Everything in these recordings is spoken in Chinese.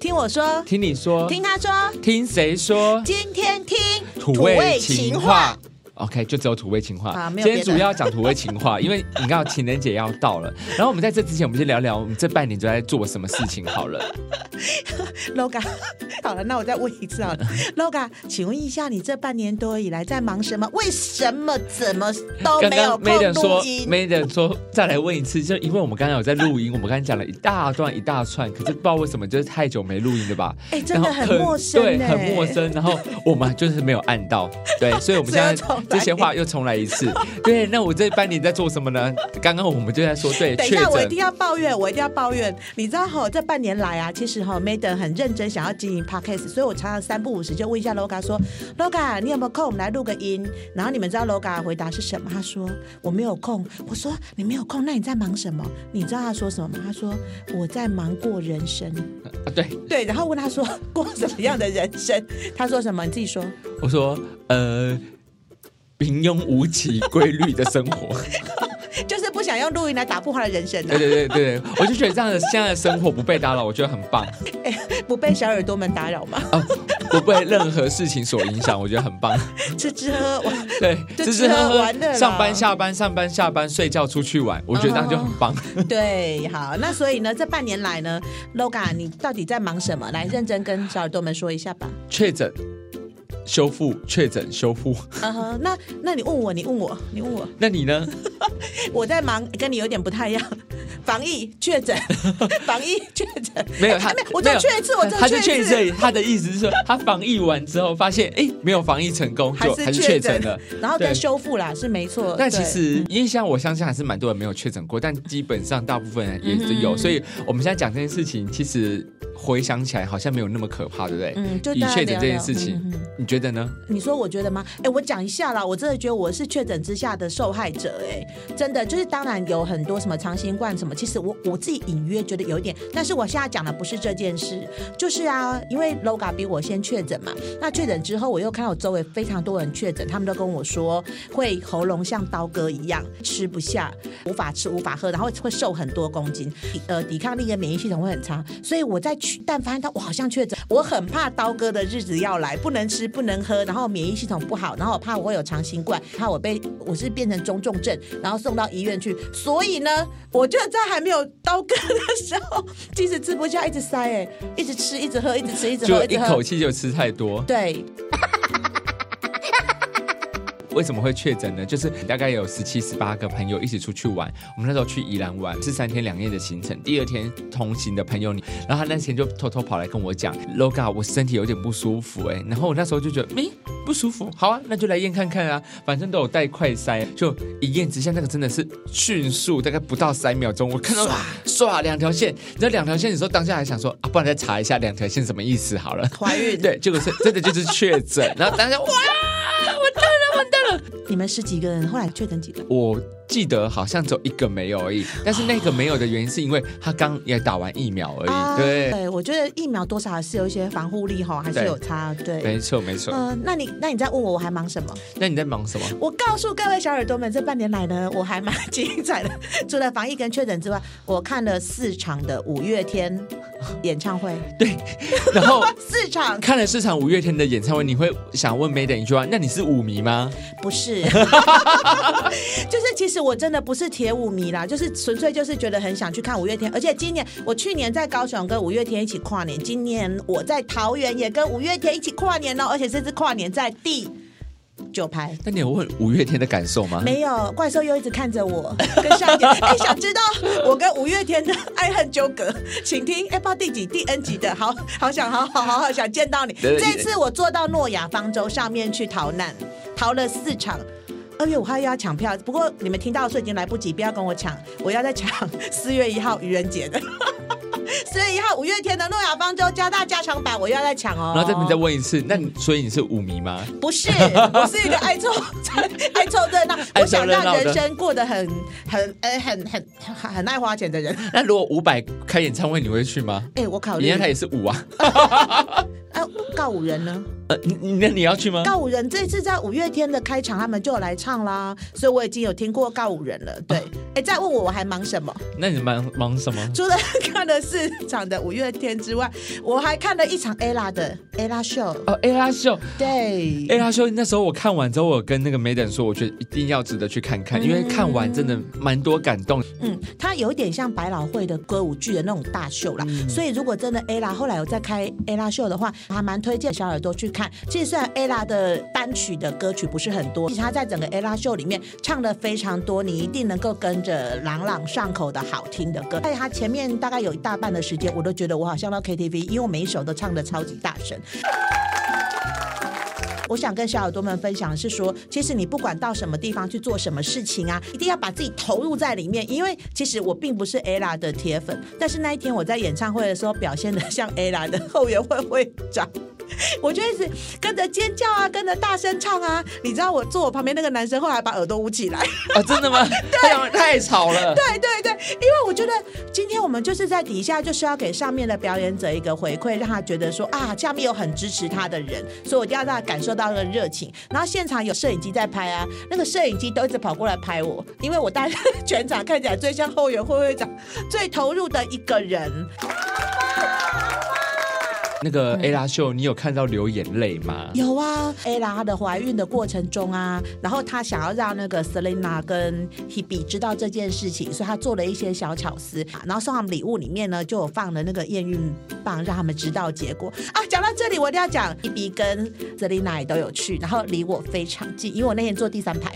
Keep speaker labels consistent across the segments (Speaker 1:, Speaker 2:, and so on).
Speaker 1: 听我说，
Speaker 2: 听你说，
Speaker 1: 听他说，
Speaker 2: 听谁说？
Speaker 1: 今天听
Speaker 2: 土味情话。OK，就只有土味情话。
Speaker 1: 啊没
Speaker 2: 今
Speaker 1: 有别的
Speaker 2: 天主要讲土味 情话，因为你知道情人节要到了。然后我们在这之前，我们先聊聊我们这半年都在做什么事情好了。
Speaker 1: Loga，好了， 那我再问一次 好了。Loga，请问一下，你这半年多以来在忙什么？为什么怎么都
Speaker 2: 刚
Speaker 1: 哦没有
Speaker 2: 刚 Maiden
Speaker 1: 空录
Speaker 2: 说
Speaker 1: 音？
Speaker 2: ，Maiden 说再来问一次，就因为我们刚刚有在录音，我们刚刚讲了一大段一大串，可是不知道为什么就是太久没录音了吧？
Speaker 1: 哎、真的很
Speaker 2: 然后
Speaker 1: 陌生、
Speaker 2: 对，
Speaker 1: 欸，
Speaker 2: 很陌。生。然后我们就是没有按 到，对，所以我们
Speaker 1: 所以
Speaker 2: 现
Speaker 1: 要
Speaker 2: 在
Speaker 1: 重来
Speaker 2: 这些话又重来一次。对，那我这半年在做什么呢？刚刚我们就在说，对，
Speaker 1: 等一
Speaker 2: 确
Speaker 1: 下，我一
Speaker 2: 诊
Speaker 1: 定。要抱怨，我一定要抱怨。你知道哈，这半年来啊，其实哈，Maiden 很认真想要经营 Podcast，所以我常常三不五时就问一下 Loga 说：“Loga，你有没有空？我们来录个音。”然后你们知道 Loga 的回答是什么？他说：“我没有空。”我说：“你没有空，那你在忙什么？”你知道他说什么吗？他说：“我在忙过人生。”
Speaker 2: 啊对，
Speaker 1: 对，然后问他说过什么样的人生？他说什么？你自己说。
Speaker 2: 我说，呃，平庸无奇、规律的生活。
Speaker 1: 就是不想用录音来打破他的人生、
Speaker 2: 对
Speaker 1: 啊，
Speaker 2: 对对对，对我就觉得这样的现在的生活不被打扰，我觉得很棒。
Speaker 1: 不被小耳朵们打扰嘛，
Speaker 2: 不被任何事情所影响，我觉得很棒。
Speaker 1: 吃吃喝喝。
Speaker 2: 对，
Speaker 1: 就
Speaker 2: 吃
Speaker 1: 吃
Speaker 2: 吃
Speaker 1: 喝
Speaker 2: 喝喝
Speaker 1: 玩乐啦
Speaker 2: 上班下班，上班下班，睡觉出去玩，我觉得这样就很
Speaker 1: 哦
Speaker 2: 棒。
Speaker 1: 对，好，那所以呢，这半年来呢，LOGA，你到底在忙什么？来认真跟小耳朵们说一下 吧。
Speaker 2: 确诊修复，确诊修复。
Speaker 1: 嗯哼，那那你问我，你问我，你问我，
Speaker 2: 那 你呢？
Speaker 1: 我在忙，跟你有点不太一样。 防疫确 诊，防疫确诊，
Speaker 2: 没有
Speaker 1: 哎
Speaker 2: 他
Speaker 1: 没有，我
Speaker 2: 没
Speaker 1: 再
Speaker 2: 有
Speaker 1: 确一次，我再
Speaker 2: 他就
Speaker 1: 确
Speaker 2: 确
Speaker 1: 一次。
Speaker 2: 诊，他的意思是说，他防疫完之后发现，哎，没有防疫成功，就还是确诊了。，
Speaker 1: 然后再
Speaker 2: 对
Speaker 1: 修复啦，是没错。
Speaker 2: 但其
Speaker 1: 哦对
Speaker 2: 实，因为像我相信还是蛮多人没有确诊过，但基本上大部分人也是有，
Speaker 1: 嗯
Speaker 2: 所以我们现在讲这件事情，其实回想起来好像没有那么可怕，对不对？
Speaker 1: 嗯，就
Speaker 2: 以
Speaker 1: 大家
Speaker 2: 确诊
Speaker 1: 聊
Speaker 2: 这
Speaker 1: 聊
Speaker 2: 件事情
Speaker 1: 嗯嗯嗯
Speaker 2: 你觉得呢？
Speaker 1: 你说我觉得吗？哎，我讲一下啦，我真的觉得我是确诊之下的受害者、哎，真的就是当然有很多什么长新冠什么，其实我我自己隐约觉得有一点，但是我现在讲的不是这件事，就是啊，因为 LOGA 比我先确诊嘛，那确诊之后我又看到我周围非常多人确诊，他们都跟我说会喉咙像刀割一样，吃不下，无法吃无法喝，然后会瘦很多公斤，抵呃，抵抗力跟免疫系统会很差，所以我在去，但发现到我好像确诊，我很怕刀割的日子要来，不能吃不能喝，然后免疫系统不好，然后我怕我会有长新冠，怕我被我是变成中重症，然后送到医院去，所以呢，我就在还没有刀割的时候，即使吃不下，一直塞、哎，一直吃，一直喝，一直吃，一直
Speaker 2: 就
Speaker 1: 喝，
Speaker 2: 一
Speaker 1: 直
Speaker 2: 口
Speaker 1: 喝，
Speaker 2: 气就吃太多，
Speaker 1: 对，
Speaker 2: 为什么会确诊呢？就是大概有十七、十八个朋友一起出去玩，我们那时候去宜兰玩是三天两夜的行程。第二天同行的朋友，然后他那天就偷偷跑来跟我讲，Loga，我身体有点不舒服哎、然后我那时候就觉得，诶、不舒服，好啊，那就来验看看啊，反正都有带快筛，就一验之下，那个真的是迅速，大概不到三秒钟，我看到唰两条线，你知道两条线的时候，当下还想说啊，不然再查一下两条线什么意思好了。
Speaker 1: 怀孕，
Speaker 2: 对，结果是真的就是确诊，然后当下哇，
Speaker 1: 你们十几个人，后来确诊几个？
Speaker 2: 我记得好像只有一个没有而已，但是那个没有的原因是因为他刚也打完疫苗而已，
Speaker 1: 啊
Speaker 2: 对，
Speaker 1: 对，我觉得疫苗多少还是有一些防护力哈，还是
Speaker 2: 对
Speaker 1: 有差，对。
Speaker 2: 没错没错。
Speaker 1: 嗯、那你那你再问我我还忙什么？
Speaker 2: 那你在忙什么？
Speaker 1: 我告诉各位小耳朵们，这半年来呢，我还蛮精彩的。 除了防疫跟确诊之外，我看了四场的五月天演唱会，
Speaker 2: 然后
Speaker 1: 四场
Speaker 2: 看了市场五月天的演唱会，你会想问 Maiden 一句话：那你是舞迷吗？
Speaker 1: 不是，就是其实我真的不是铁舞迷啦，就是纯粹就是觉得很想去看五月天，而且今年我去年在高雄跟五月天一起跨年，今年我在桃园也跟五月天一起跨年哦，而且这次跨年在第九排。
Speaker 2: 那你有问五月天的感受吗？
Speaker 1: 没有，怪兽又一直看着我，跟上一 点。哎、想知道我跟五月天的爱恨纠葛，请听 Apple 第几第 N 集的。好好想，好好好好想见到你。
Speaker 2: 对
Speaker 1: 这次我坐到诺亚方舟上面去逃难，逃了四场。二月五号又要抢票，不过你们听到的时候已经来不及，不要跟我抢，我要再抢 四月一号愚人节的。 四月一号五月天的诺亚方舟加大加长版，我又要再抢哦。
Speaker 2: 然后再你再问一次，那你所以你是舞迷吗？
Speaker 1: 不是，我是一个爱凑爱凑热闹，我
Speaker 2: 爱凑
Speaker 1: 想
Speaker 2: 热闹
Speaker 1: 让
Speaker 2: 的
Speaker 1: 人生过得很很呃很很很很爱花钱的人。
Speaker 2: 那如果五百开演唱会，你会去吗？
Speaker 1: 哎、我考
Speaker 2: 你
Speaker 1: 虑，
Speaker 2: 看他也是舞啊，
Speaker 1: 哎、告五人呢？
Speaker 2: 呃，你你 那你要去吗？
Speaker 1: 告五人这次在五月天的开场，他们就有来唱啦，所以我已
Speaker 2: 啊
Speaker 1: 经有听过告五人了。对，哎、再问我我还忙什么？
Speaker 2: 那你忙忙什么？
Speaker 1: 除了看看了四场的五月天之外，我还看了一场 ella 的 ella 哎秀。
Speaker 2: 哦，A 拉秀，
Speaker 1: 对，
Speaker 2: A 拉秀哎那时候我看完之后，我跟那个 Maiden 说，我觉得一定要值得去看看，因为看完真的蛮多感动。
Speaker 1: 嗯，它有一点像百老汇的歌舞剧的那种大秀啦，所以如果真的 ella 后来有再开 ella 秀的话，还蛮推荐小耳朵去看。其实虽然 ella 的单曲的歌曲不是很多，其实她在整个 ella 秀里面唱了非常多，你一定能够跟着朗朗上口的好听的歌。在她前面大概有一大半的时间，我都觉得我好像到 KTV，因为我每一首都唱的超级大声。我想跟小耳朵们分享的是说，其实你不管到什么地方去做什么事情啊，一定要把自己投入在里面。因为其实我并不是 ella 的铁粉，但是那一天我在演唱会的时候表现的 像 ella 的后援会会长。我就一直跟着尖叫啊，跟着大声唱啊！你知道我坐我旁边那个男生后来把耳朵捂起来，
Speaker 2: 啊，真的 吗？对，太吵了。
Speaker 1: 对对对，因为我觉得今天我们就是在底下就是要给上面的表演者一个回馈，让他觉得说啊，下面有很支持他的人，所以我一定要让他感受到那个热情。然后现场有摄影机在拍啊，那个摄影机都一直跑过来拍我，因为我当时全场看起来最像后援会会长、最投入的一个人。
Speaker 2: 那个 A 拉秀，你有看到流眼泪吗？
Speaker 1: 嗯有啊，ella 她的怀孕的过程中啊，然后她想要让那个 Selina 跟 Hebe 知道这件事情，所以她做了一些小巧思，然后送他们礼物里面呢就有放了那个验孕棒，让他们知道结果啊。讲到这里，我一定要讲 Hebe 跟 Selina 也都有去，然后离我非常近，因为我那天坐第三 排，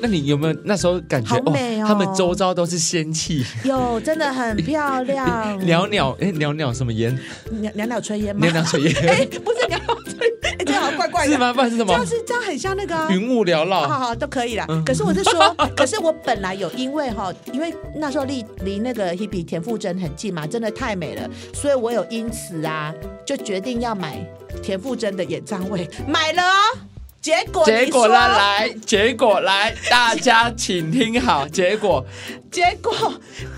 Speaker 2: 那你有没有那时候感觉
Speaker 1: 好美哦
Speaker 2: 他们周遭都是仙气，
Speaker 1: 有真的很漂亮，
Speaker 2: 袅袅哎，袅袅什么烟，
Speaker 1: 袅袅袅炊烟吗
Speaker 2: 袅？袅水
Speaker 1: 哎、
Speaker 2: 烟
Speaker 1: 不是袅袅炊烟，哎、这好像怪怪的，
Speaker 2: 是吗？不然是什么
Speaker 1: 这？样是这样很像那个啊、
Speaker 2: 云雾缭
Speaker 1: 好
Speaker 2: 绕，
Speaker 1: 好都可以啦。
Speaker 2: 嗯
Speaker 1: 可是我是 说，可是我本来有因为哈，因为那时候离离那个 Hebe 田馥甄很近嘛，真的太美了，所以我有因此啊，就决定要买田馥甄的演唱会，买了哦。结果你
Speaker 2: 结果
Speaker 1: 说
Speaker 2: 啦，来，结果来，大家请听好，结果
Speaker 1: 结果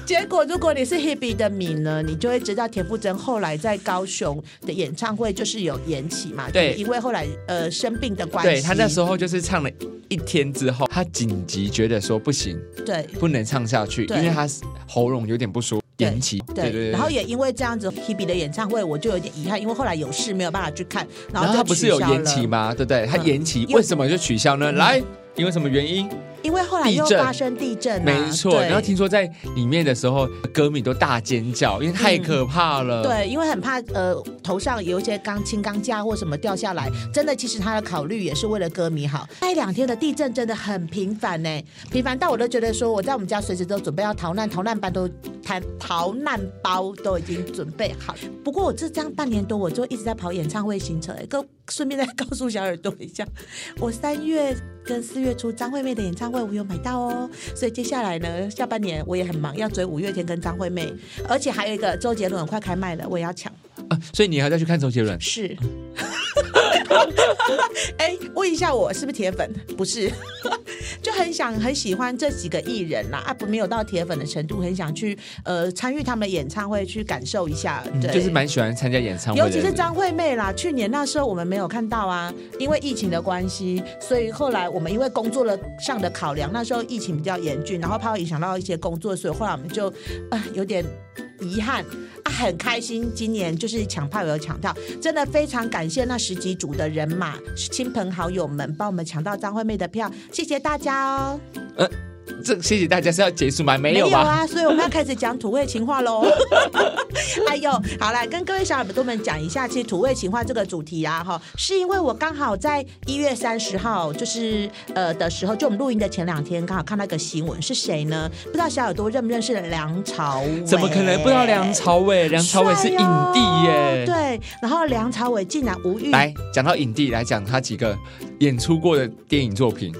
Speaker 1: 结果，如果你是 Hebe 的迷呢，你就会知道田馥甄后来在高雄的演唱会就是有延期嘛，
Speaker 2: 对
Speaker 1: 就是因为后来呃生病的关系，
Speaker 2: 对他那时候就是唱了一天之后，他紧急觉得说不行，
Speaker 1: 对
Speaker 2: 不能唱下去，
Speaker 1: 对
Speaker 2: 因为他喉咙有点不舒服，
Speaker 1: 对
Speaker 2: 延期。
Speaker 1: 对，然后也因为这样子，Hebe 的演唱会我就有点遗憾，因为后来有事没有办法去看，然
Speaker 2: 然
Speaker 1: 后
Speaker 2: 后
Speaker 1: 就
Speaker 2: 他不是有
Speaker 1: 取消了
Speaker 2: 延期？吗？对不对？他
Speaker 1: 嗯
Speaker 2: 延期
Speaker 1: 因为
Speaker 2: 为什么就取消呢？来，因为什么原因？
Speaker 1: 因为后来又
Speaker 2: 地震
Speaker 1: 发生地震、啊，
Speaker 2: 没错。
Speaker 1: 对
Speaker 2: 然后听说在里面的时候，歌迷都大尖叫，因为太可怕了。。
Speaker 1: 嗯对，因为很怕呃头上有一些钢轻钢架或什么掉下来，真的，其实他的考虑也是为了歌迷好。那一两天的地震真的很频繁呢、频繁到我都觉得说我在我们家随时都准备要逃难，逃难班都逃逃难包都已经准备好。不过我这这样半年多，我就一直在跑演唱会行程、欸，跟顺便再告诉小耳朵一下，我三月跟四月初张惠妹的演唱会我有买到哦，所以接下来呢，下半年我也很忙，要追五月天跟张惠妹，而且还有一个周杰伦很快开卖了，我也要抢。
Speaker 2: 啊所以你还要再去看周杰伦？
Speaker 1: 是。 哎、问一下我是不是铁粉？不是， 就很想很喜欢这几个艺人啦，啊，不没有到铁粉的程度，很想去呃参与他们的演唱会，去感受一下，
Speaker 2: 嗯
Speaker 1: 对，
Speaker 2: 就是蛮喜欢参加演唱会的
Speaker 1: 尤
Speaker 2: 人。
Speaker 1: 其是张惠妹啦，去年那时候我们没有看到啊，因为疫情的关系，所以后来我们因为工作的上的考量，那时候疫情比较严峻，然后怕会影响到一些工作，所以后来我们就啊、有点遗憾啊，很开心今年就是抢票有抢到，真的非常感谢那十几组的人马亲朋好友们帮我们抢到张惠妹的票，谢谢大家哦。
Speaker 2: 这谢谢大家是要结束吗？没有吧？
Speaker 1: 啊，所以我们要开始讲土味情话喽。 哎呦，好啦，跟各位小耳朵们讲一下，其实土味情话这个主题啊，哈，是因为我刚好在一月三十号，就是呃的时候，就我们录音的前两天，刚好看到一个新闻，是谁呢？不知道小耳朵认不认识梁朝伟？
Speaker 2: 怎么可能不知道梁朝伟？梁朝伟是影帝耶。
Speaker 1: 帅啊哦对，然后梁朝伟竟然无欲
Speaker 2: 来讲到影帝，来讲他几个演出过的电影作品，《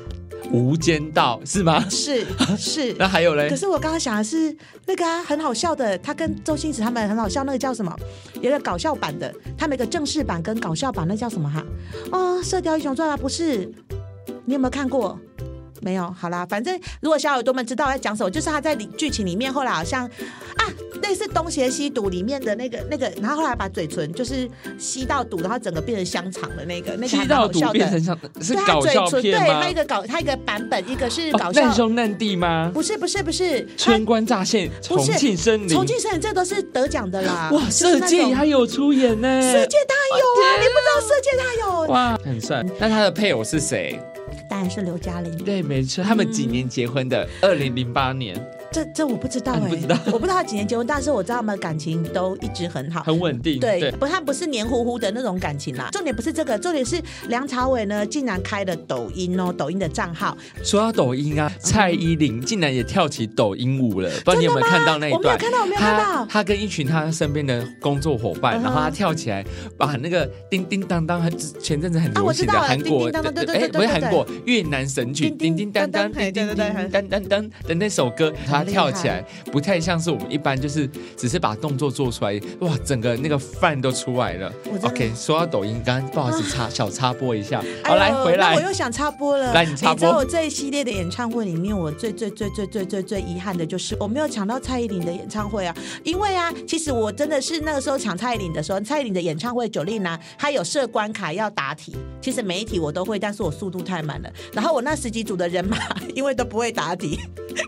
Speaker 2: 无间道》是吗？
Speaker 1: 是 是。
Speaker 2: 那还有嘞
Speaker 1: 可，是我刚刚想的是那个啊，很好笑的，他跟周星驰他们很好笑，那个叫什么？有个搞笑版的，他们有个正式版跟搞笑版，那叫什么哈？哦，《射雕英雄传》啊，不是？你有没有看过？没有，好啦，反正如果小耳朵们知道我在讲什么，就是他在里剧情里面后来好像啊，类似东东邪西毒里面的那个那个，然后后来把嘴唇就是吸到毒，然后整个变成香肠的那个，那个还
Speaker 2: 吸
Speaker 1: 蛮
Speaker 2: 到
Speaker 1: 好
Speaker 2: 毒
Speaker 1: 笑
Speaker 2: 变
Speaker 1: 的
Speaker 2: 成。像是
Speaker 1: 对，他
Speaker 2: 搞
Speaker 1: 嘴
Speaker 2: 笑
Speaker 1: 唇对
Speaker 2: 片吗
Speaker 1: 他一？个搞他一个版本，一个是
Speaker 2: 哦
Speaker 1: 搞笑，
Speaker 2: 难兄难弟吗？
Speaker 1: 不是不是不是，他
Speaker 2: 春官乍现，重
Speaker 1: 不是
Speaker 2: 庆森林
Speaker 1: 重。庆森林这都是得奖的啦。
Speaker 2: 哇，
Speaker 1: 就是
Speaker 2: 射
Speaker 1: 那
Speaker 2: 箭
Speaker 1: 种
Speaker 2: 他有出演呢，
Speaker 1: 射箭他有
Speaker 2: 哎
Speaker 1: 啊，你不知道射箭他有，
Speaker 2: 哇，很帅。那他的配偶是谁？
Speaker 1: 当然是刘嘉玲。
Speaker 2: 对，没错，他们几年结婚
Speaker 1: 嗯
Speaker 2: 的？二零零八年，
Speaker 1: 这这我不知道
Speaker 2: 啊
Speaker 1: 哎，
Speaker 2: 你不知道
Speaker 1: 我不知道他几年结婚，但是我知道他们感情都一直很好。
Speaker 2: 很稳定。
Speaker 1: 啊对，不，他不是黏糊糊的那种感情啦。重点不是这个，重点是梁朝伟呢，竟然开了抖音哦，抖音的账号。
Speaker 2: 说到抖音
Speaker 1: 嗯
Speaker 2: 啊，蔡依林竟然也跳起抖音舞了，不知道你有没有看到那一
Speaker 1: 我没有
Speaker 2: 段？
Speaker 1: 看到，我没有看到。
Speaker 2: 她跟一群她身边的工作伙伴，
Speaker 1: 嗯哼
Speaker 2: 然后她跳起来，把那个叮叮当当，很前阵子很流行的
Speaker 1: 啊我知道
Speaker 2: 韩国
Speaker 1: 叮叮当
Speaker 2: 的，
Speaker 1: 当对对
Speaker 2: 哎
Speaker 1: 对对
Speaker 2: 不是
Speaker 1: 对
Speaker 2: 韩国越南神曲《
Speaker 1: 叮
Speaker 2: 叮
Speaker 1: 叮
Speaker 2: 叮当当
Speaker 1: 当当嘿
Speaker 2: 叮叮
Speaker 1: 对
Speaker 2: 叮
Speaker 1: 对
Speaker 2: 当
Speaker 1: 对
Speaker 2: 当当当》的那首歌，她跳起来不太像是我们一般，就是只是把动作做出来，哇，整个那个饭都出来了
Speaker 1: 我真。的
Speaker 2: OK，说到抖音，刚刚不好意思插小插播一下，好
Speaker 1: 哎
Speaker 2: 来
Speaker 1: 呦
Speaker 2: 回
Speaker 1: 那我
Speaker 2: 来，
Speaker 1: 又想插播了。
Speaker 2: 来你插播
Speaker 1: 知道我这一系列的演唱会里面，我最最最最最最最遗憾的就是哦我没有抢到蔡依林的演唱会啊！因为啊，其实我真的是那个时候抢蔡依林的时候，蔡依林的演唱会九令呢，她有设关卡要答题，其实每一题我都会，但是我速度太慢了。然后我那十几组的人马， 因为都不会答题，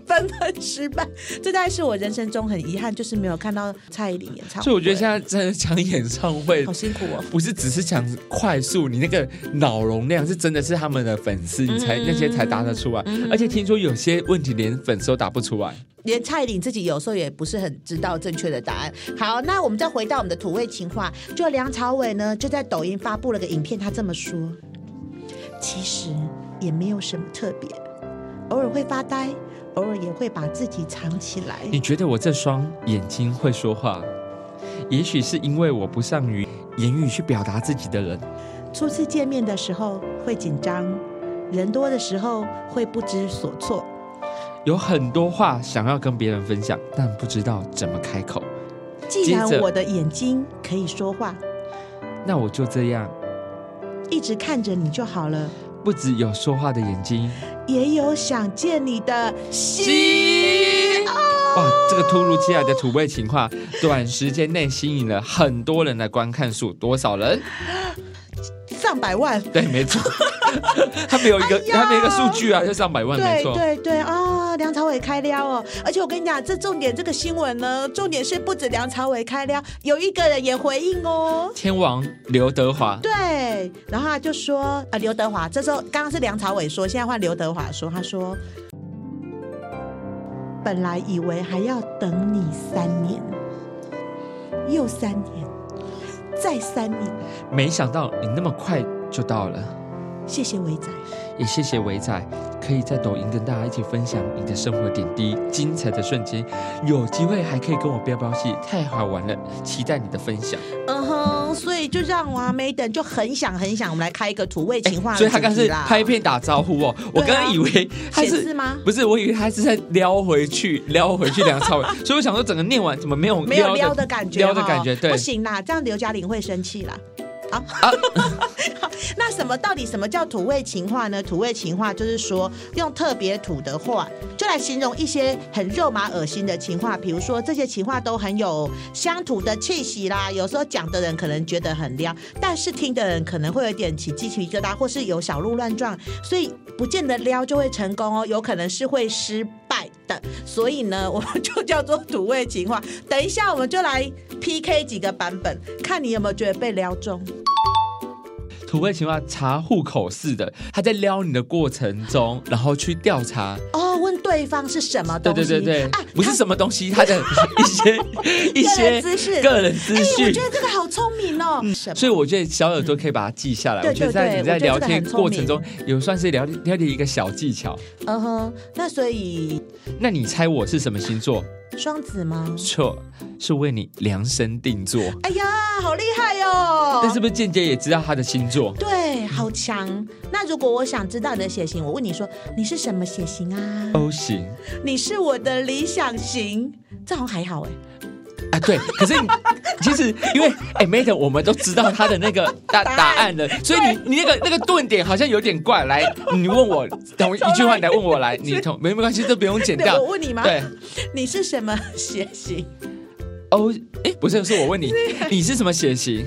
Speaker 1: 纷纷失败。这大概是我人生中很遗憾，就是没有看到蔡依林演唱会。
Speaker 2: 所以我觉得现在真的抢演唱会
Speaker 1: 好辛苦哦。
Speaker 2: 不是只是想快速，你那个脑容量是真的是他们的粉丝，你才那些才答得出来。而且听说有些问题连粉丝都答不出来。
Speaker 1: 连蔡依林自己有时候也不是很知道正确的答案。好，那我们再回到我们的土味情话，就梁朝伟呢，就在抖音发布了个影片，他这么说：其实也没有什么特别，偶尔会发呆，偶尔也会把自己藏起来。
Speaker 2: 你觉得我这双眼睛会说话？也许是因为我不善于言语去表达自己的人。
Speaker 1: 初次见面的时候会紧张，人多的时候会不知所措。
Speaker 2: 有很多话想要跟别人分享，但不知道怎么开口。
Speaker 1: 既然
Speaker 2: 接着
Speaker 1: 我的眼睛可以说话，
Speaker 2: 那我就这样，
Speaker 1: 一直看着你就好了。
Speaker 2: 不只有说话的眼睛，
Speaker 1: 也有想见你的心。
Speaker 2: 鸡。哇，这个突如其来的土味情话，短时间内吸引了很多人的观看数，多少人？
Speaker 1: 上百万，
Speaker 2: 对，没错，他没有一个，
Speaker 1: 哎呀
Speaker 2: 他没有一个数据啊，就上百万，没
Speaker 1: 对
Speaker 2: 错。
Speaker 1: 对对啊、梁朝伟开撩哦！而且我跟你讲，这重点这个新闻呢，重点是不止梁朝伟开撩，有一个人也回应哦。
Speaker 2: 天王刘德华，
Speaker 1: 对，然后他就说，呃，刘德华，这时候刚刚是梁朝伟说，现在换刘德华说，他说，本来以为还要等你三年，又三年，再三年，
Speaker 2: 没想到你那么快就到了，
Speaker 1: 谢谢伟仔。
Speaker 2: 也谢谢伟仔，可以在抖音跟大家一起分享你的生活点滴、精彩的瞬间，有机会还可以跟我飙飙戏，太好玩了，期待你的分享。
Speaker 1: 嗯哼，所以就让王梅等就很想很想，我们来开一个土味情话的主
Speaker 2: 哎所以
Speaker 1: 题啦、啊
Speaker 2: 他刚是拍片打招呼哦，我刚刚以为他
Speaker 1: 写
Speaker 2: 是
Speaker 1: 字吗？
Speaker 2: 不是，我以为他是在撩回去，撩回去 梁朝伟，所以我想说整个念完怎么没有
Speaker 1: 没有撩
Speaker 2: 的
Speaker 1: 的感觉，
Speaker 2: 撩的
Speaker 1: 哈
Speaker 2: 感觉，对
Speaker 1: 不，行啦，这样刘嘉玲会生气啦。啊， 那什么到底什么叫土味情话呢？土味情话就是说用特别土的话，就来形容一些很肉麻恶心的情话，比如说这些情话都很有乡土的气息啦。有时候讲的人可能觉得很撩，但是听的人可能会有点起鸡皮疙瘩，或是有小鹿乱撞，所以不见得撩就会成功哦，有可能是会失败的。所以呢， 我们就叫做土味情话。等一下我们就来 PK 几个版本，看你有没有觉得被撩中。
Speaker 2: 土味情话查户口似的，他在撩你的过程中，然后去调查，
Speaker 1: 哦，问对方是什么
Speaker 2: 对
Speaker 1: 东
Speaker 2: 对
Speaker 1: 西？
Speaker 2: 对对
Speaker 1: 啊，，
Speaker 2: 不是什么东西，他的 一些一
Speaker 1: 个人
Speaker 2: 些
Speaker 1: 知识。
Speaker 2: 个人资
Speaker 1: 哎、我
Speaker 2: 讯嗯
Speaker 1: 觉。得这个好聪明哦。什么
Speaker 2: 所以我觉得小耳朵可以把它记下来。
Speaker 1: 对
Speaker 2: 我觉得
Speaker 1: 对对
Speaker 2: 在你在
Speaker 1: 我觉得
Speaker 2: 聊
Speaker 1: 这个
Speaker 2: 天
Speaker 1: 很聪
Speaker 2: 过
Speaker 1: 明
Speaker 2: 程中，有算是了解了解一个小技巧。
Speaker 1: 嗯哼，那所以
Speaker 2: 那你猜我是什么星座？
Speaker 1: 双子吗？
Speaker 2: 错，是为你量身定做。
Speaker 1: 哎呀，好厉害哦！
Speaker 2: 但是不是间接也知道他的星座？
Speaker 1: 对，好强。那如果我想知道你的血型，我问你说你是什么血型啊？
Speaker 2: O 型
Speaker 1: 你是我的理想型，这好像还好哎。
Speaker 2: 啊，对。可是你其实因为哎 m a d e 我们都知道他的那个答
Speaker 1: 答案
Speaker 2: 答案了，所以你你那个那个顿点好像有点怪。来，你 问我同一句话，你来问我来，你同没没关系，都不用剪
Speaker 1: 对，
Speaker 2: 掉
Speaker 1: 我。问你吗？
Speaker 2: 对
Speaker 1: 你是什么血型？
Speaker 2: O，哎，不是，是我问你， 你是什么血型？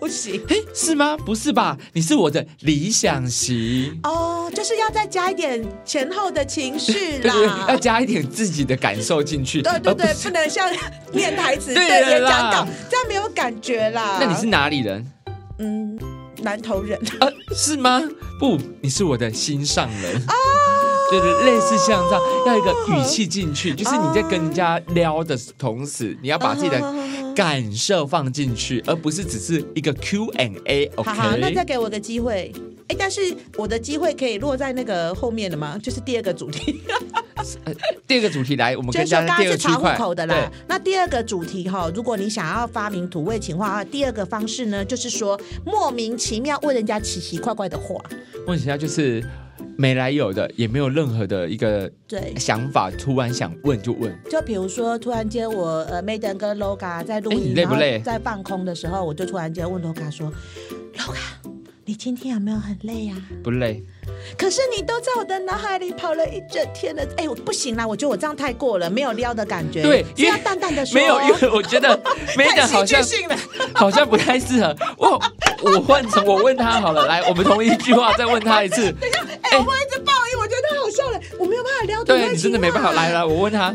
Speaker 1: O 型
Speaker 2: 哎，是吗？不是吧？你是我的理想型。
Speaker 1: 哦，就是要再加一点前后的情绪
Speaker 2: 对对对，要
Speaker 1: 啦。
Speaker 2: 加一点自己的感受进 去。
Speaker 1: 对对
Speaker 2: 而不
Speaker 1: 对，
Speaker 2: 是
Speaker 1: 哦不能像念台 词、
Speaker 2: 对
Speaker 1: 对啊
Speaker 2: 了
Speaker 1: 演
Speaker 2: 啦
Speaker 1: 讲稿，这样没有感觉啦。
Speaker 2: 那你是哪里人？
Speaker 1: 嗯南头 人，
Speaker 2: 呃，是吗？不，你是我的心上人。
Speaker 1: 啊
Speaker 2: 对对，类似像这样，要一个语气进去，
Speaker 1: 啊
Speaker 2: 就是你在跟人家撩的同时，你要把自己
Speaker 1: 啊
Speaker 2: 的感受放进去，而不是只是一个 Q&A。
Speaker 1: 好好，那
Speaker 2: OK，
Speaker 1: 再给我个机会。哎，但是我的机会可以落在那个后面的吗？就是第二个主题，
Speaker 2: 呃第二个主题来，我们
Speaker 1: 就
Speaker 2: 跟
Speaker 1: 是说
Speaker 2: 大
Speaker 1: 刚刚
Speaker 2: 家第二
Speaker 1: 是
Speaker 2: 个区
Speaker 1: 查户
Speaker 2: 块
Speaker 1: 口的
Speaker 2: 对
Speaker 1: 啦。那第二个主题哈，如果你想要发明土味情话的话，第二个方式呢，就是说莫名其妙问人家奇奇怪怪的话。
Speaker 2: 问一下，就是没来由的，也没有任何的一个
Speaker 1: 对，
Speaker 2: 想法，突然想问就问。
Speaker 1: 就比如说，突然间我呃，Maiden 跟 Loga 在录
Speaker 2: 哎你
Speaker 1: 音，
Speaker 2: 累
Speaker 1: 然
Speaker 2: 不
Speaker 1: 后
Speaker 2: 累
Speaker 1: 在放空的时候，我就突然间问 Loga 说：“Loga，你今天有没有很累啊？
Speaker 2: 不累，
Speaker 1: 可是你都在我的脑海里跑了一整天了。哎，我不行啦，我觉得我这样太过了，没有撩的感觉。
Speaker 2: 对
Speaker 1: 是
Speaker 2: 因
Speaker 1: 要
Speaker 2: 为
Speaker 1: 淡淡的说，
Speaker 2: 没有，因为我 觉得没
Speaker 1: 太
Speaker 2: 的好
Speaker 1: 戏剧
Speaker 2: 像
Speaker 1: 性了。
Speaker 2: 好像不太适合。我我换成我问他好了，来，我们同一句话再问他一 次。
Speaker 1: 哎，我不会一直报应，我觉得太好笑了，我没有办法撩得
Speaker 2: 对
Speaker 1: 太
Speaker 2: 你真的没办法，
Speaker 1: 清啊
Speaker 2: 来，来，我 问他，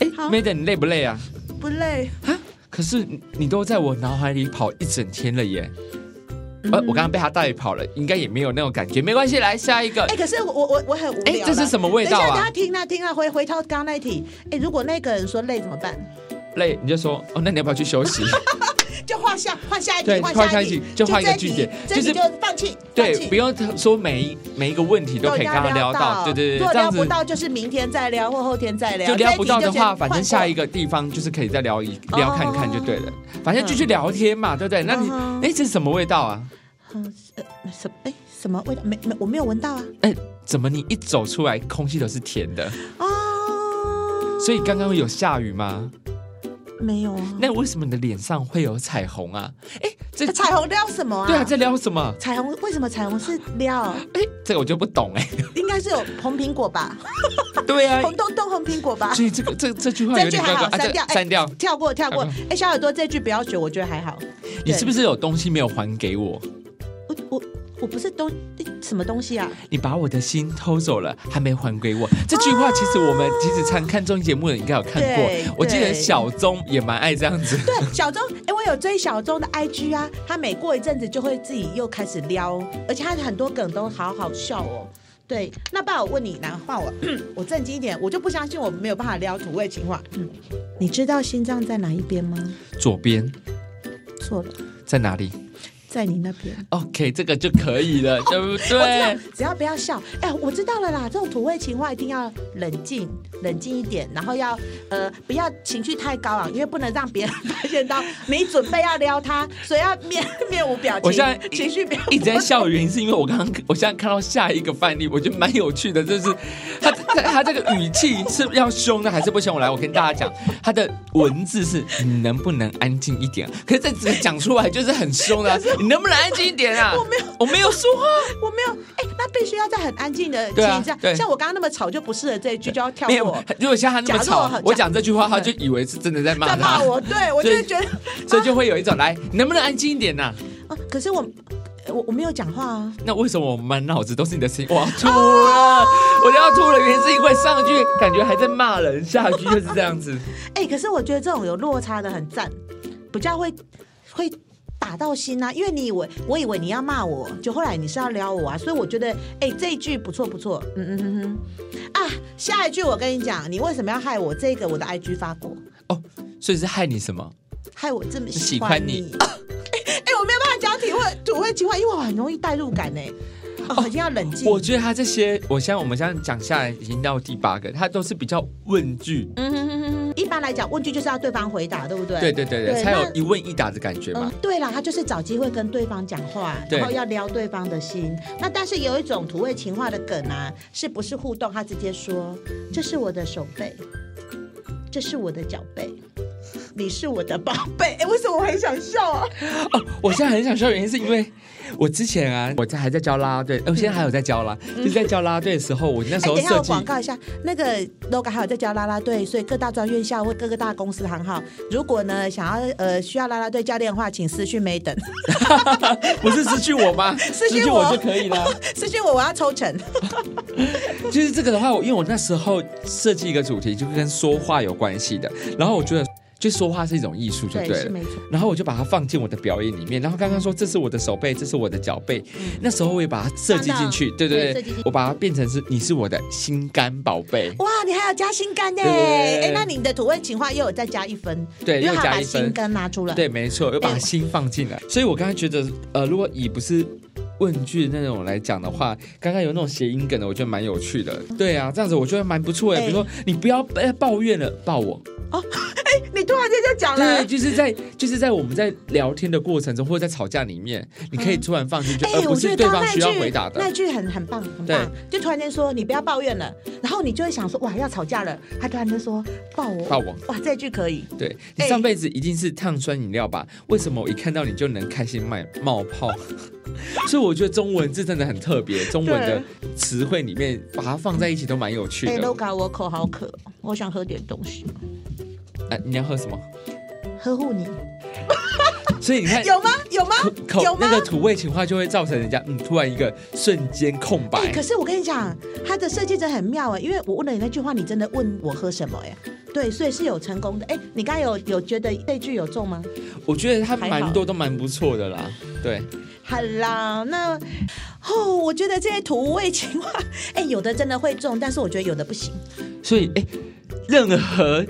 Speaker 2: 哎
Speaker 1: 好
Speaker 2: ，Maiden 你累不累啊？
Speaker 1: 不累。
Speaker 2: 啊，可是你你都在我脑海里跑一整天了耶。呃，
Speaker 1: 嗯
Speaker 2: 我刚刚被他带跑了，应该也没有那种感觉，没关系，来下一个。
Speaker 1: 哎，可是我我我我很无
Speaker 2: 哎
Speaker 1: 聊，啦。
Speaker 2: 这是什么味道
Speaker 1: 等一下，大
Speaker 2: 啊
Speaker 1: 家？听啊听啊，回回到刚刚那一题，哎，如果那个人说累怎么办？
Speaker 2: 累，你就说哦，那你要不要去 休息？
Speaker 1: 就换下换下一
Speaker 2: 对
Speaker 1: 题，换
Speaker 2: 换下
Speaker 1: 下
Speaker 2: 一题
Speaker 1: 题，
Speaker 2: 就换一个
Speaker 1: 这
Speaker 2: 句
Speaker 1: 题
Speaker 2: 点
Speaker 1: 这题
Speaker 2: 就
Speaker 1: 就是放弃，
Speaker 2: 对
Speaker 1: 放，弃
Speaker 2: 不用说每一每一个问题都可以
Speaker 1: 如
Speaker 2: 跟
Speaker 1: 果
Speaker 2: 他撩到，
Speaker 1: 到，
Speaker 2: 对对
Speaker 1: 如
Speaker 2: 对，
Speaker 1: 果
Speaker 2: 这
Speaker 1: 撩
Speaker 2: 样
Speaker 1: 不
Speaker 2: 子
Speaker 1: 到就是明天再聊或后天再聊，
Speaker 2: 就
Speaker 1: 这一
Speaker 2: 聊
Speaker 1: 题
Speaker 2: 不到的
Speaker 1: 就先
Speaker 2: 话，
Speaker 1: 换
Speaker 2: 反正下一
Speaker 1: 过哦
Speaker 2: 个地方就是可以再聊一聊看看就对了，反正继续聊天嘛，对不对？那你
Speaker 1: 嗯哼
Speaker 2: 哎，这是什么味道啊？
Speaker 1: 嗯呃什哎什么味道？没没我没有闻到啊
Speaker 2: 哎，怎么你一走出来，空气都是甜的？
Speaker 1: 啊，
Speaker 2: 所以刚刚有下雨吗？
Speaker 1: 没有啊。
Speaker 2: 那为什么你的脸上会有彩虹啊？哎，这
Speaker 1: 那彩虹撩什么啊？
Speaker 2: 对啊，在撩什么？
Speaker 1: 彩虹为什么彩虹是撩？
Speaker 2: 哎，这个我就不懂 哎。
Speaker 1: 应该是有红苹果吧，
Speaker 2: 对啊，
Speaker 1: 红东东红苹果吧。
Speaker 2: 所以这个这这句话
Speaker 1: 这
Speaker 2: 有
Speaker 1: 句
Speaker 2: 点
Speaker 1: 还
Speaker 2: 怪怪
Speaker 1: 好，
Speaker 2: 啊，
Speaker 1: 删掉，
Speaker 2: 这
Speaker 1: 哎
Speaker 2: 删掉。
Speaker 1: 跳过，跳过
Speaker 2: 跳。
Speaker 1: 哎，小耳朵这句不要学，我觉得还好。
Speaker 2: 你是不是有东西没有还给我？
Speaker 1: 我我我不是东什么东西啊？
Speaker 2: 你把我的心偷走了，还没还给我。这句话其实我们其实常看综艺节目的，应该有看
Speaker 1: 对
Speaker 2: 过。我记得
Speaker 1: 对
Speaker 2: 小钟也蛮爱这样子。
Speaker 1: 对，小钟，哎、我有追小钟的 IG 啊，他每过一阵子就会自己又开始撩，而且他很多梗都好好笑哦。对，那爸，我问你啦，换我， 我正经一点，我就不相信我没有办法撩土味情话。嗯，你知道心脏在哪一边吗？
Speaker 2: 左边
Speaker 1: 错了，
Speaker 2: 在哪里
Speaker 1: 在你那边。
Speaker 2: ？OK，这个就可以
Speaker 1: 哦
Speaker 2: 了，对不对？
Speaker 1: 只要不要笑，哎、我知道了啦。这种土味情话一定要冷静，冷静一点，然后要呃不要情绪太高昂，因为不能让别人发现到你准备要撩他，所以要面 面无表情，
Speaker 2: 我现在
Speaker 1: 情绪表
Speaker 2: 一直在笑的原因是因为我刚刚， 我现在看到下一个范例，我觉得蛮有趣的，就是 他他他这个语气是要凶的还是不凶？我来，我跟大家讲，他的文字是你能不能安静一点？可是这只讲出来就是很凶 的啊、你能不能安静一点啊？
Speaker 1: 我没有，
Speaker 2: 我没有说话。
Speaker 1: 我没有，哎、那必须要在很安静的情
Speaker 2: 对啊
Speaker 1: 况下，
Speaker 2: 对
Speaker 1: 像我刚刚那么吵就不适合这一句，就要跳
Speaker 2: 没有
Speaker 1: 过，，
Speaker 2: 如果像他那么
Speaker 1: 假若
Speaker 2: 吵
Speaker 1: 很，
Speaker 2: 我
Speaker 1: 假
Speaker 2: 讲这句话，他就以为是真的在骂
Speaker 1: 在骂
Speaker 2: 他，
Speaker 1: 我，对我就会觉得，
Speaker 2: 所以就会有一种来，你能不能安静一点呐、
Speaker 1: 啊，可是我我我没有讲话啊，
Speaker 2: 那为什么我满脑子都是你的声音？ 我要吐了，我就要吐了。原因是因为上一句感觉还在骂人，下一句就是这 样子。
Speaker 1: 哎、可是我觉得这种有落差的很赞，比较会会。打到心啊，因为你以为我以为你要骂我，就后来你是要撩我啊，所以我觉得，哎、这一句不错不错，嗯嗯嗯嗯，啊，下一句我跟你讲，你为什么要害我这个我的 IG 发过，
Speaker 2: 所以是害你什么？
Speaker 1: 害我这么
Speaker 2: 喜
Speaker 1: 喜
Speaker 2: 欢
Speaker 1: 欢
Speaker 2: 你
Speaker 1: 你？ 哎、我没有办法讲体会体会情话，因为我很容易代入感呢、哦，一定要冷静。
Speaker 2: 我觉得他这些，我现在我们现在讲下来已经到第八个，他都是比较问句，
Speaker 1: 嗯哼哼哼哼，一般来讲，问句就是要对方回答，对不对？
Speaker 2: 对对对对，
Speaker 1: 对
Speaker 2: 才有
Speaker 1: 那
Speaker 2: 一问一答的感觉嘛
Speaker 1: 嗯。，对啦，他就是找机会跟对方讲话，
Speaker 2: 对
Speaker 1: 然后要撩对方的心。那但是有一种土味情话的梗啊，是不是互动？他直接说：“这是我的手背，这是我的脚背，你是我的宝贝。 哎，为什么我很想笑啊？
Speaker 2: 哦，我现在很想笑，原因是因为我之前啊，我在还在教啦啦队，呃我现在还有在教啦，就是在教啦啦队的时候，我那
Speaker 1: 嗯
Speaker 2: 时
Speaker 1: 哎，
Speaker 2: 候
Speaker 1: 等一下
Speaker 2: 设
Speaker 1: 我
Speaker 2: 计
Speaker 1: 广告一下，那个 LOGA 还有在教啦啦队，所以各大专院校或各个大公司行号，如果呢想要呃需要啦啦队教练的话，请私讯 Maiden，
Speaker 2: 不是失去我吗？
Speaker 1: 失去
Speaker 2: 失去
Speaker 1: 我
Speaker 2: 我就可以了。
Speaker 1: 私讯我，我要抽成。
Speaker 2: 就是这个的话，我因为我那时候设计一个主题，就跟说话有关系的，然后我觉得就说话是一种艺术， 就对
Speaker 1: 是
Speaker 2: 了。
Speaker 1: 没错。
Speaker 2: 然后我就把它放进我的表演里面，然后刚刚说这是我的手背，这是我的脚背，那时候我也把它设计进去，
Speaker 1: 放到
Speaker 2: 对嗯对
Speaker 1: 对设计
Speaker 2: 对
Speaker 1: 进去，
Speaker 2: 我把它变成是你是我的心肝宝贝，
Speaker 1: 哇，你还有加心肝呢！
Speaker 2: 对对对
Speaker 1: 哎，那你的土味情话又有再加一分，
Speaker 2: 对，
Speaker 1: 因为
Speaker 2: 又
Speaker 1: 他
Speaker 2: 加
Speaker 1: 把
Speaker 2: 一
Speaker 1: 心
Speaker 2: 分，
Speaker 1: 肝拿出来。
Speaker 2: 对，没错，又把心放进来。所以我刚才觉得，呃，如果以不是问句那种来讲的话，刚刚有那种谐音梗的，我觉得蛮有趣的。对啊，这样子我觉得蛮不错的。
Speaker 1: 哎
Speaker 2: 比如说，你不要呃抱怨了，抱我。
Speaker 1: 你突然间就讲了
Speaker 2: 对，。就是在就是在我们在聊天的过程中，或者在吵架里面，你可以突然放进去，
Speaker 1: 哎、
Speaker 2: 而
Speaker 1: 我
Speaker 2: 不
Speaker 1: 觉
Speaker 2: 是
Speaker 1: 得
Speaker 2: 对
Speaker 1: 刚刚
Speaker 2: 方
Speaker 1: 那
Speaker 2: 需要
Speaker 1: 句
Speaker 2: 回答的。
Speaker 1: 那句很很棒，很棒。就突然间说你不要抱怨了，然后你就会想说哇要吵架了，他突然间说抱我，
Speaker 2: 抱我，
Speaker 1: 哇这句可以。
Speaker 2: 对你
Speaker 1: 哎
Speaker 2: 上辈子一定是碳酸饮料吧？为什么我一看到你就能开心冒冒泡？ 所以我觉得中文字真的很特别，中文的词汇里面把它放在一起都蛮有趣
Speaker 1: 哎、
Speaker 2: 的。
Speaker 1: LOGA，我口好渴，我想喝点东西，
Speaker 2: 啊，你要喝什么？
Speaker 1: 呵护你
Speaker 2: 所以你看，
Speaker 1: 有吗？有吗？
Speaker 2: 哎口
Speaker 1: 有吗
Speaker 2: 那个土味情话就会造成人家嗯，突然一个瞬间空
Speaker 1: 哎、
Speaker 2: 白。
Speaker 1: 可是我跟你讲，他的设计真的很妙哎、因为我问了你那句话，你真的问我喝什么哎、对，所以是有成功的。哎、你刚才有有觉得这句有中吗？
Speaker 2: 我觉得它
Speaker 1: 还好
Speaker 2: 蛮多都蛮不错的啦。对，
Speaker 1: 好啦，那哦，我觉得这些土味情话，哎、有的真的会中，但是我觉得有的不行。
Speaker 2: 所以哎，任何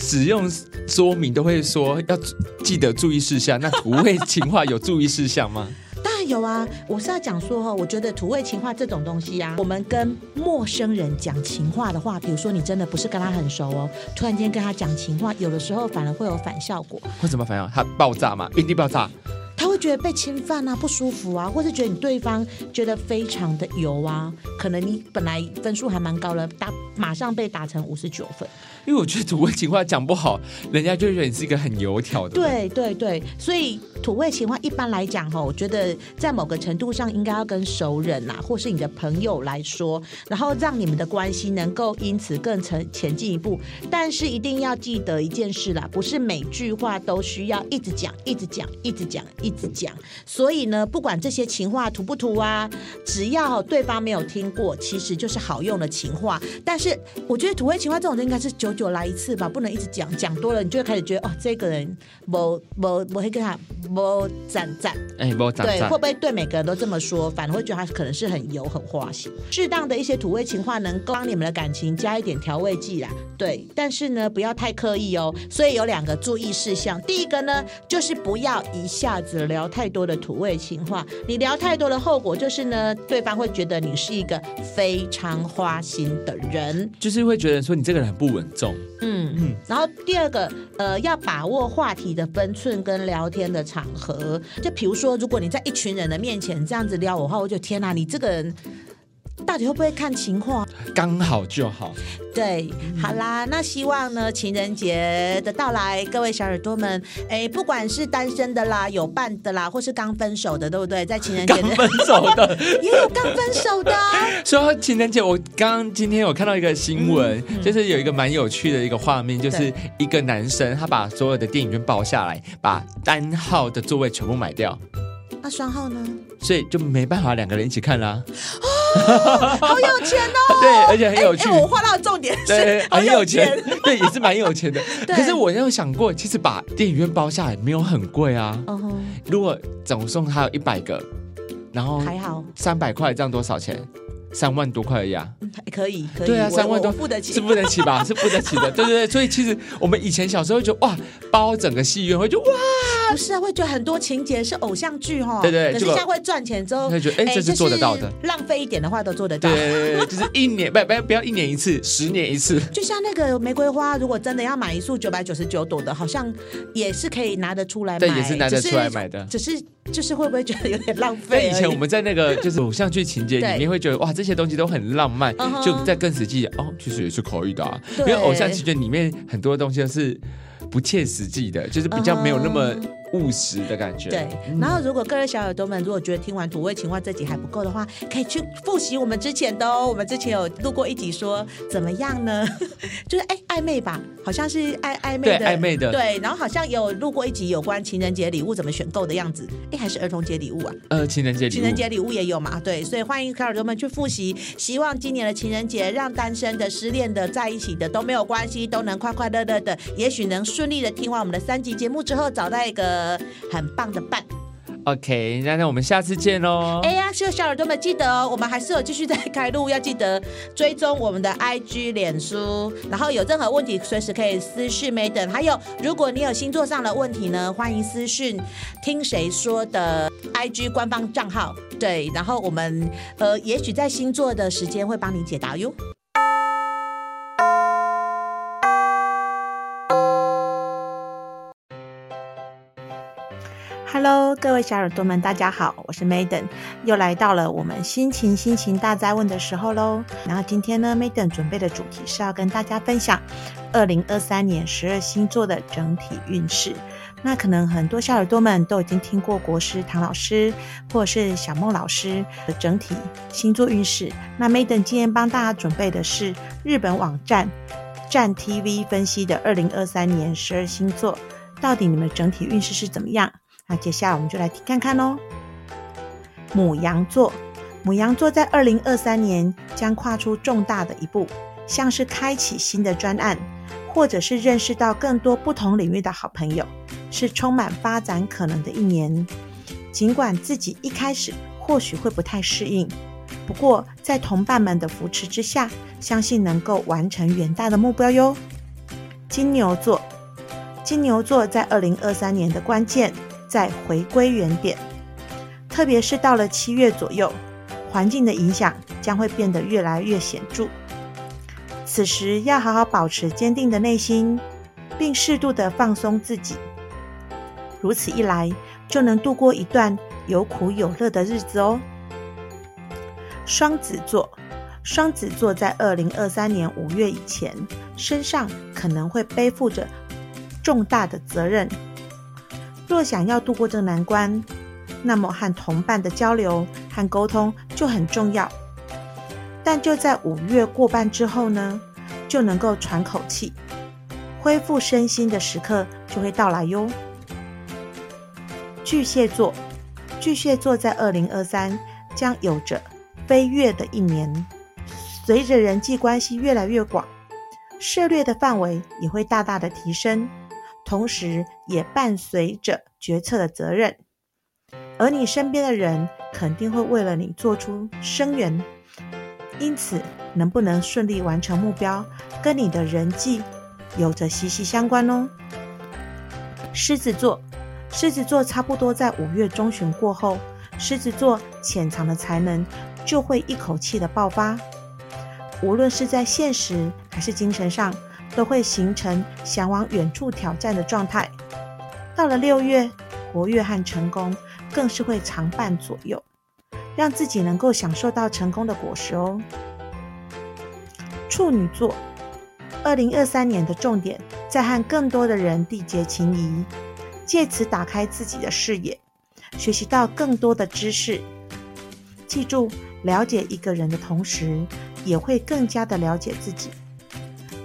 Speaker 2: 使用说明都会说要记得注意事项。那土味情话有注意事项吗？
Speaker 1: 当然有啊，我是要讲说哈，我觉得土味情话这种东西啊，我们跟陌生人讲情话的话，比如说你真的不是跟他很熟哦，突然间跟他讲情话，有的时候反而会有反效果，
Speaker 2: 会怎么反应？它爆炸嘛，原地爆炸。
Speaker 1: 他会觉得被侵犯啊，不舒服啊，或是觉得你对方觉得非常的油啊，可能你本来分数还蛮高了，打马上被打成五十九分。
Speaker 2: 因为我觉得土味情话讲不好，人家就会觉得你是一个很油条的。，
Speaker 1: 对对对，所以土味情话一般来讲哈，我觉得在某个程度上应该要跟熟人啊，或是你的朋友来说，然后让你们的关系能够因此更前前进一步。但是一定要记得一件事啦，不是每句话都需要一直讲、一直讲、一直讲、一直讲。所以呢，不管这些情话土不土啊，只要对方没有听过，其实就是好用的情话。但是我觉得土味情话这种东西应该是久久来一次吧，不能一直讲，讲多了你就会开始觉得哦，这个人某某某黑个哈某赞赞，
Speaker 2: 哎，帮我打
Speaker 1: 对，
Speaker 2: 赞
Speaker 1: 会。不会对每个人都这么说，反而会觉得他可能是很油很花心？适当的一些土味情话能够帮你们的感情加一点调味剂啦，对。但是呢，不要太刻意哦。所以有两个注意事项，第一个呢，就是不要一下子聊太多的土味情话，你聊太多的后果就是呢，对方会觉得你是一个非常花心的人。
Speaker 2: 就是会觉得说你这个人很不稳重，
Speaker 1: 嗯嗯，然后第二个，呃，要把握话题的分寸跟聊天的场合。就比如说，如果你在一群人的面前这样子撩我的话，我就天哪，你这个人到底会不会看情况？
Speaker 2: 刚好就好。
Speaker 1: 对，
Speaker 2: 嗯
Speaker 1: 好啦，那希望呢，情人节的到来，各位小耳朵们，哎，不管是单身的啦，有伴的啦，或是刚分手的，对不对？在情人节
Speaker 2: 刚
Speaker 1: 的
Speaker 2: 分手 的，
Speaker 1: 也有刚分手的啊、
Speaker 2: 说到情人节，我刚刚今天有看到一个新
Speaker 1: 嗯
Speaker 2: 闻，就是有一个蛮有趣的一个画面，就是一个男生他把所有的电影院包下来，把单号的座位全部买掉，
Speaker 1: 那双号 呢？
Speaker 2: 所以就没办法两个人一起看啦。
Speaker 1: 好有钱哦！
Speaker 2: 对，而且很有趣
Speaker 1: 哎，。我画到重点 是
Speaker 2: 对，
Speaker 1: 好
Speaker 2: 很有
Speaker 1: 钱
Speaker 2: 钱， 对，也是蛮有钱的。
Speaker 1: 对
Speaker 2: 可是我有想过，其实把电影院包下来没有很贵啊。
Speaker 1: 哦吼，
Speaker 2: 如果总共还有一百个，然后
Speaker 1: 哦还好。
Speaker 2: 三百块，这样多少钱？三万多块而已啊，
Speaker 1: 还可以，可以，
Speaker 2: 对啊
Speaker 1: 我
Speaker 2: 三万多
Speaker 1: 我付得起
Speaker 2: 是。付得起吧？是付得起的，对对对。所以其实我们以前小时候就哇包整个戏院，会就哇，
Speaker 1: 不是啊，会觉得很多情节是偶像剧哈，
Speaker 2: 对对
Speaker 1: 可是
Speaker 2: 结果
Speaker 1: 现在会赚钱之后，
Speaker 2: 会觉得哎这是
Speaker 1: 就
Speaker 2: 做得到的
Speaker 1: 浪费一点的话都做得到
Speaker 2: 对。对对对，就是一年不不不要一年一次，十年一次。
Speaker 1: 就像那个玫瑰花，如果真的要买一束九百九十九朵的，好像也是可以拿得出来买，
Speaker 2: 对也是拿得
Speaker 1: 只
Speaker 2: 出来买的
Speaker 1: 只是就是会不会觉得有点浪
Speaker 2: 在
Speaker 1: 费而已？
Speaker 2: 以前我们在那个就是 偶像剧情节里
Speaker 1: 对
Speaker 2: 面会觉得哇这些东西都很浪漫
Speaker 1: 嗯哼，
Speaker 2: 就在更实际哦，其实也是可以的啊。
Speaker 1: 对
Speaker 2: 因为偶像情节里面很多东西都是不切实际的，就是比较没有那么
Speaker 1: 嗯
Speaker 2: 务实的感觉。
Speaker 1: 对，然后如果各位小耳朵们如果觉得听完土味情话这集还不够的话，可以去复习我们之前的哦。我们之前有录过一集说怎么样呢？ 就是哎暧昧吧，好像是暧暧昧
Speaker 2: 对
Speaker 1: 的
Speaker 2: 暧昧的
Speaker 1: 对，然后好像有录过一集有关情人节礼物怎么选购的样子，哎还是儿童节礼物啊？
Speaker 2: 呃，情人节礼物，
Speaker 1: 情人节礼物也有嘛，对，所以欢迎小耳朵们去复习。希望今年的情人节，让单身的、失恋的、在一起的都没有关系，都能快快乐乐的，也许能顺利的听完我们的三集节目之后，找到一个很棒的伴。
Speaker 2: OK，那那我们下次见喽。
Speaker 1: 哎呀，小小耳朵们记得哦，我们还是有继续在开路，要记得追踪我们的 IG、脸书，然后有任何问题随时可以私讯没等。还有，如果你有星座上的问题呢，欢迎私讯听谁说的 IG 官方账号。对，然后我们呃，也许在星座的时间会帮你解答哟。Hello，各位小耳朵们，大家好，我是 Maiden，又来到了我们心情心情大灾问的时候喽。然后今天呢，Maiden 准备的主题是要跟大家分享二零二三年十二星座的整体运势。那可能很多小耳朵们都已经听过国师唐老师或者是小梦老师的整体星座运势。那 Maiden 今天帮大家准备的是日本网站站 TV 分析的二零二三年十二星座，到底你们整体运势是怎么样？那接下来我们就来听看看哦。母羊座，母羊座在二零二三年将跨出重大的一步，像是开启新的专案，或者是认识到更多不同领域的好朋友，是充满发展可能的一年。尽管自己一开始或许会不太适应，不过在同伴们的扶持之下，相信能够完成远大的目标哟。金牛座，金牛座在二零二三年的关键在回归原点，特别是到了七月左右，环境的影响将会变得越来越显著。此时要好好保持坚定的内心，并适度的放松自己。如此一来，就能度过一段有苦有乐的日子哦。双子座，双子座在二零二三年五月以前，身上可能会背负着重大的责任。若想要度过这难关，那么和同伴的交流和沟通就很重要。但就在五月过半之后呢，就能够喘口气，恢复身心的时刻就会到来哟。巨蟹座，巨蟹座在二零二三将有着飞跃的一年，随着人际关系越来越广，涉猎的范围也会大大的提升，同时也伴随着决策的责任。而你身边的人肯定会为了你做出声援，因此能不能顺利完成目标，跟你的人际有着息息相关哦。狮子座，狮子座差不多在五月中旬过后，狮子座潜藏的才能就会一口气的爆发，无论是在现实还是精神上，都会形成想往远处挑战的状态。到了六月，活跃和成功更是会常伴左右，让自己能够享受到成功的果实哦。处女座，二零二三年的重点在和更多的人缔结情谊，借此打开自己的视野，学习到更多的知识。记住，了解一个人的同时，也会更加的了解自己。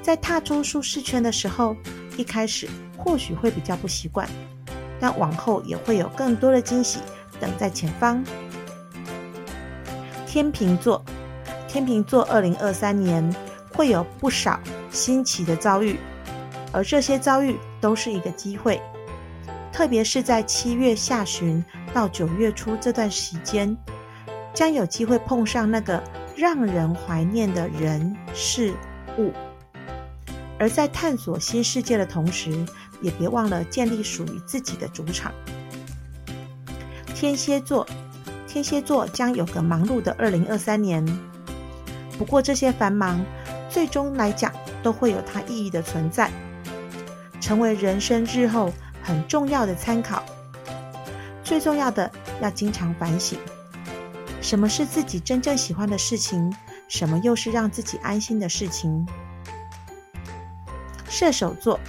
Speaker 1: 在踏出舒适圈的时候，一开始或许会比较不习惯，但往后也会有更多的惊喜等在前方。天秤座，天秤座二零二三年会有不少新奇的遭遇，而这些遭遇都是一个机会，特别是在七月下旬到九月初这段时间，将有机会碰上那个让人怀念的人事物。而在探索新世界的同时，也别忘了建立属于自己的主场。天蝎座，天蝎座将有个忙碌的2023年。不过这些繁忙，最终来讲都会有它意义的存在，成为人生日后很重要的参考。最重要的要经常反省，什么是自己真正喜欢的事情，什么又是让自己安心的事情。射手座，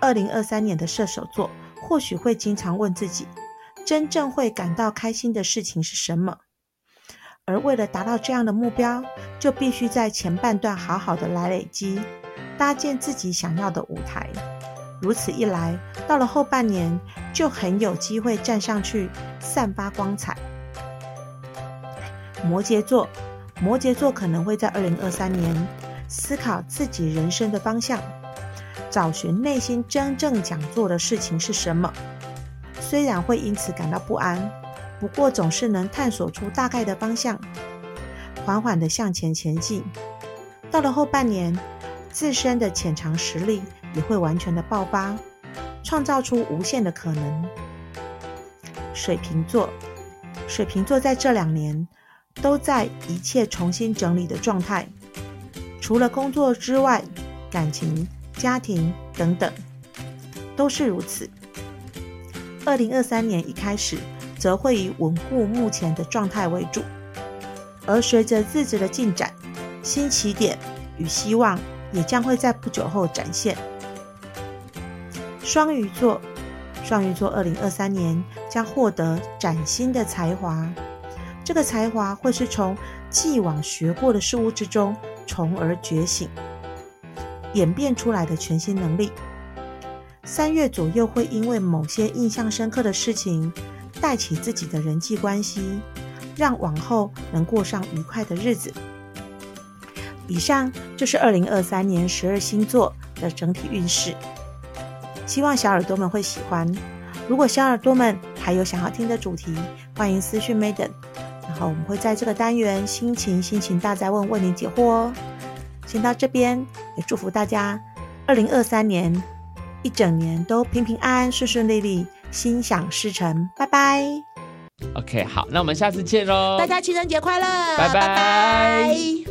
Speaker 1: 二零二三年的射手座或许会经常问自己，真正会感到开心的事情是什么？而为了达到这样的目标，就必须在前半段好好的来累积，搭建自己想要的舞台。如此一来，到了后半年就很有机会站上去散发光彩。摩羯座，摩羯座可能会在二零二三年思考自己人生的方向，找寻内心真正想做的事情是什么。虽然会因此感到不安，不过总是能探索出大概的方向，缓缓地向前前进。到了后半年，自身的潜藏实力也会完全的爆发，创造出无限的可能。水瓶座，水瓶座在这两年都在一切重新整理的状态，除了工作之外，感情、家庭等等都是如此。二零二三年一开始，则会以稳固目前的状态为主，而随着日子的进展，新起点与希望也将会在不久后展现。双鱼座，双鱼座二零二三年将获得崭新的才华，这个才华会是从既往学过的事物之中，从而觉醒，演变出来的全新能力。三月左右会因为某些印象深刻的事情，带起自己的人际关系，让往后能过上愉快的日子。以上就是二零二三年十二星座的整体运势，希望小耳朵们会喜欢。如果小耳朵们还有想要听的主题，欢迎私讯 Maiden，然后我们会在这个单元“心情心情大灾问”为您解惑哦。先到这边，也祝福大家二零二三年一整年都平平安安、顺顺利利、心想事成。拜拜。
Speaker 2: OK，好，那我们下次见喽，
Speaker 3: 大家情人节快乐，
Speaker 2: 拜拜
Speaker 3: 拜拜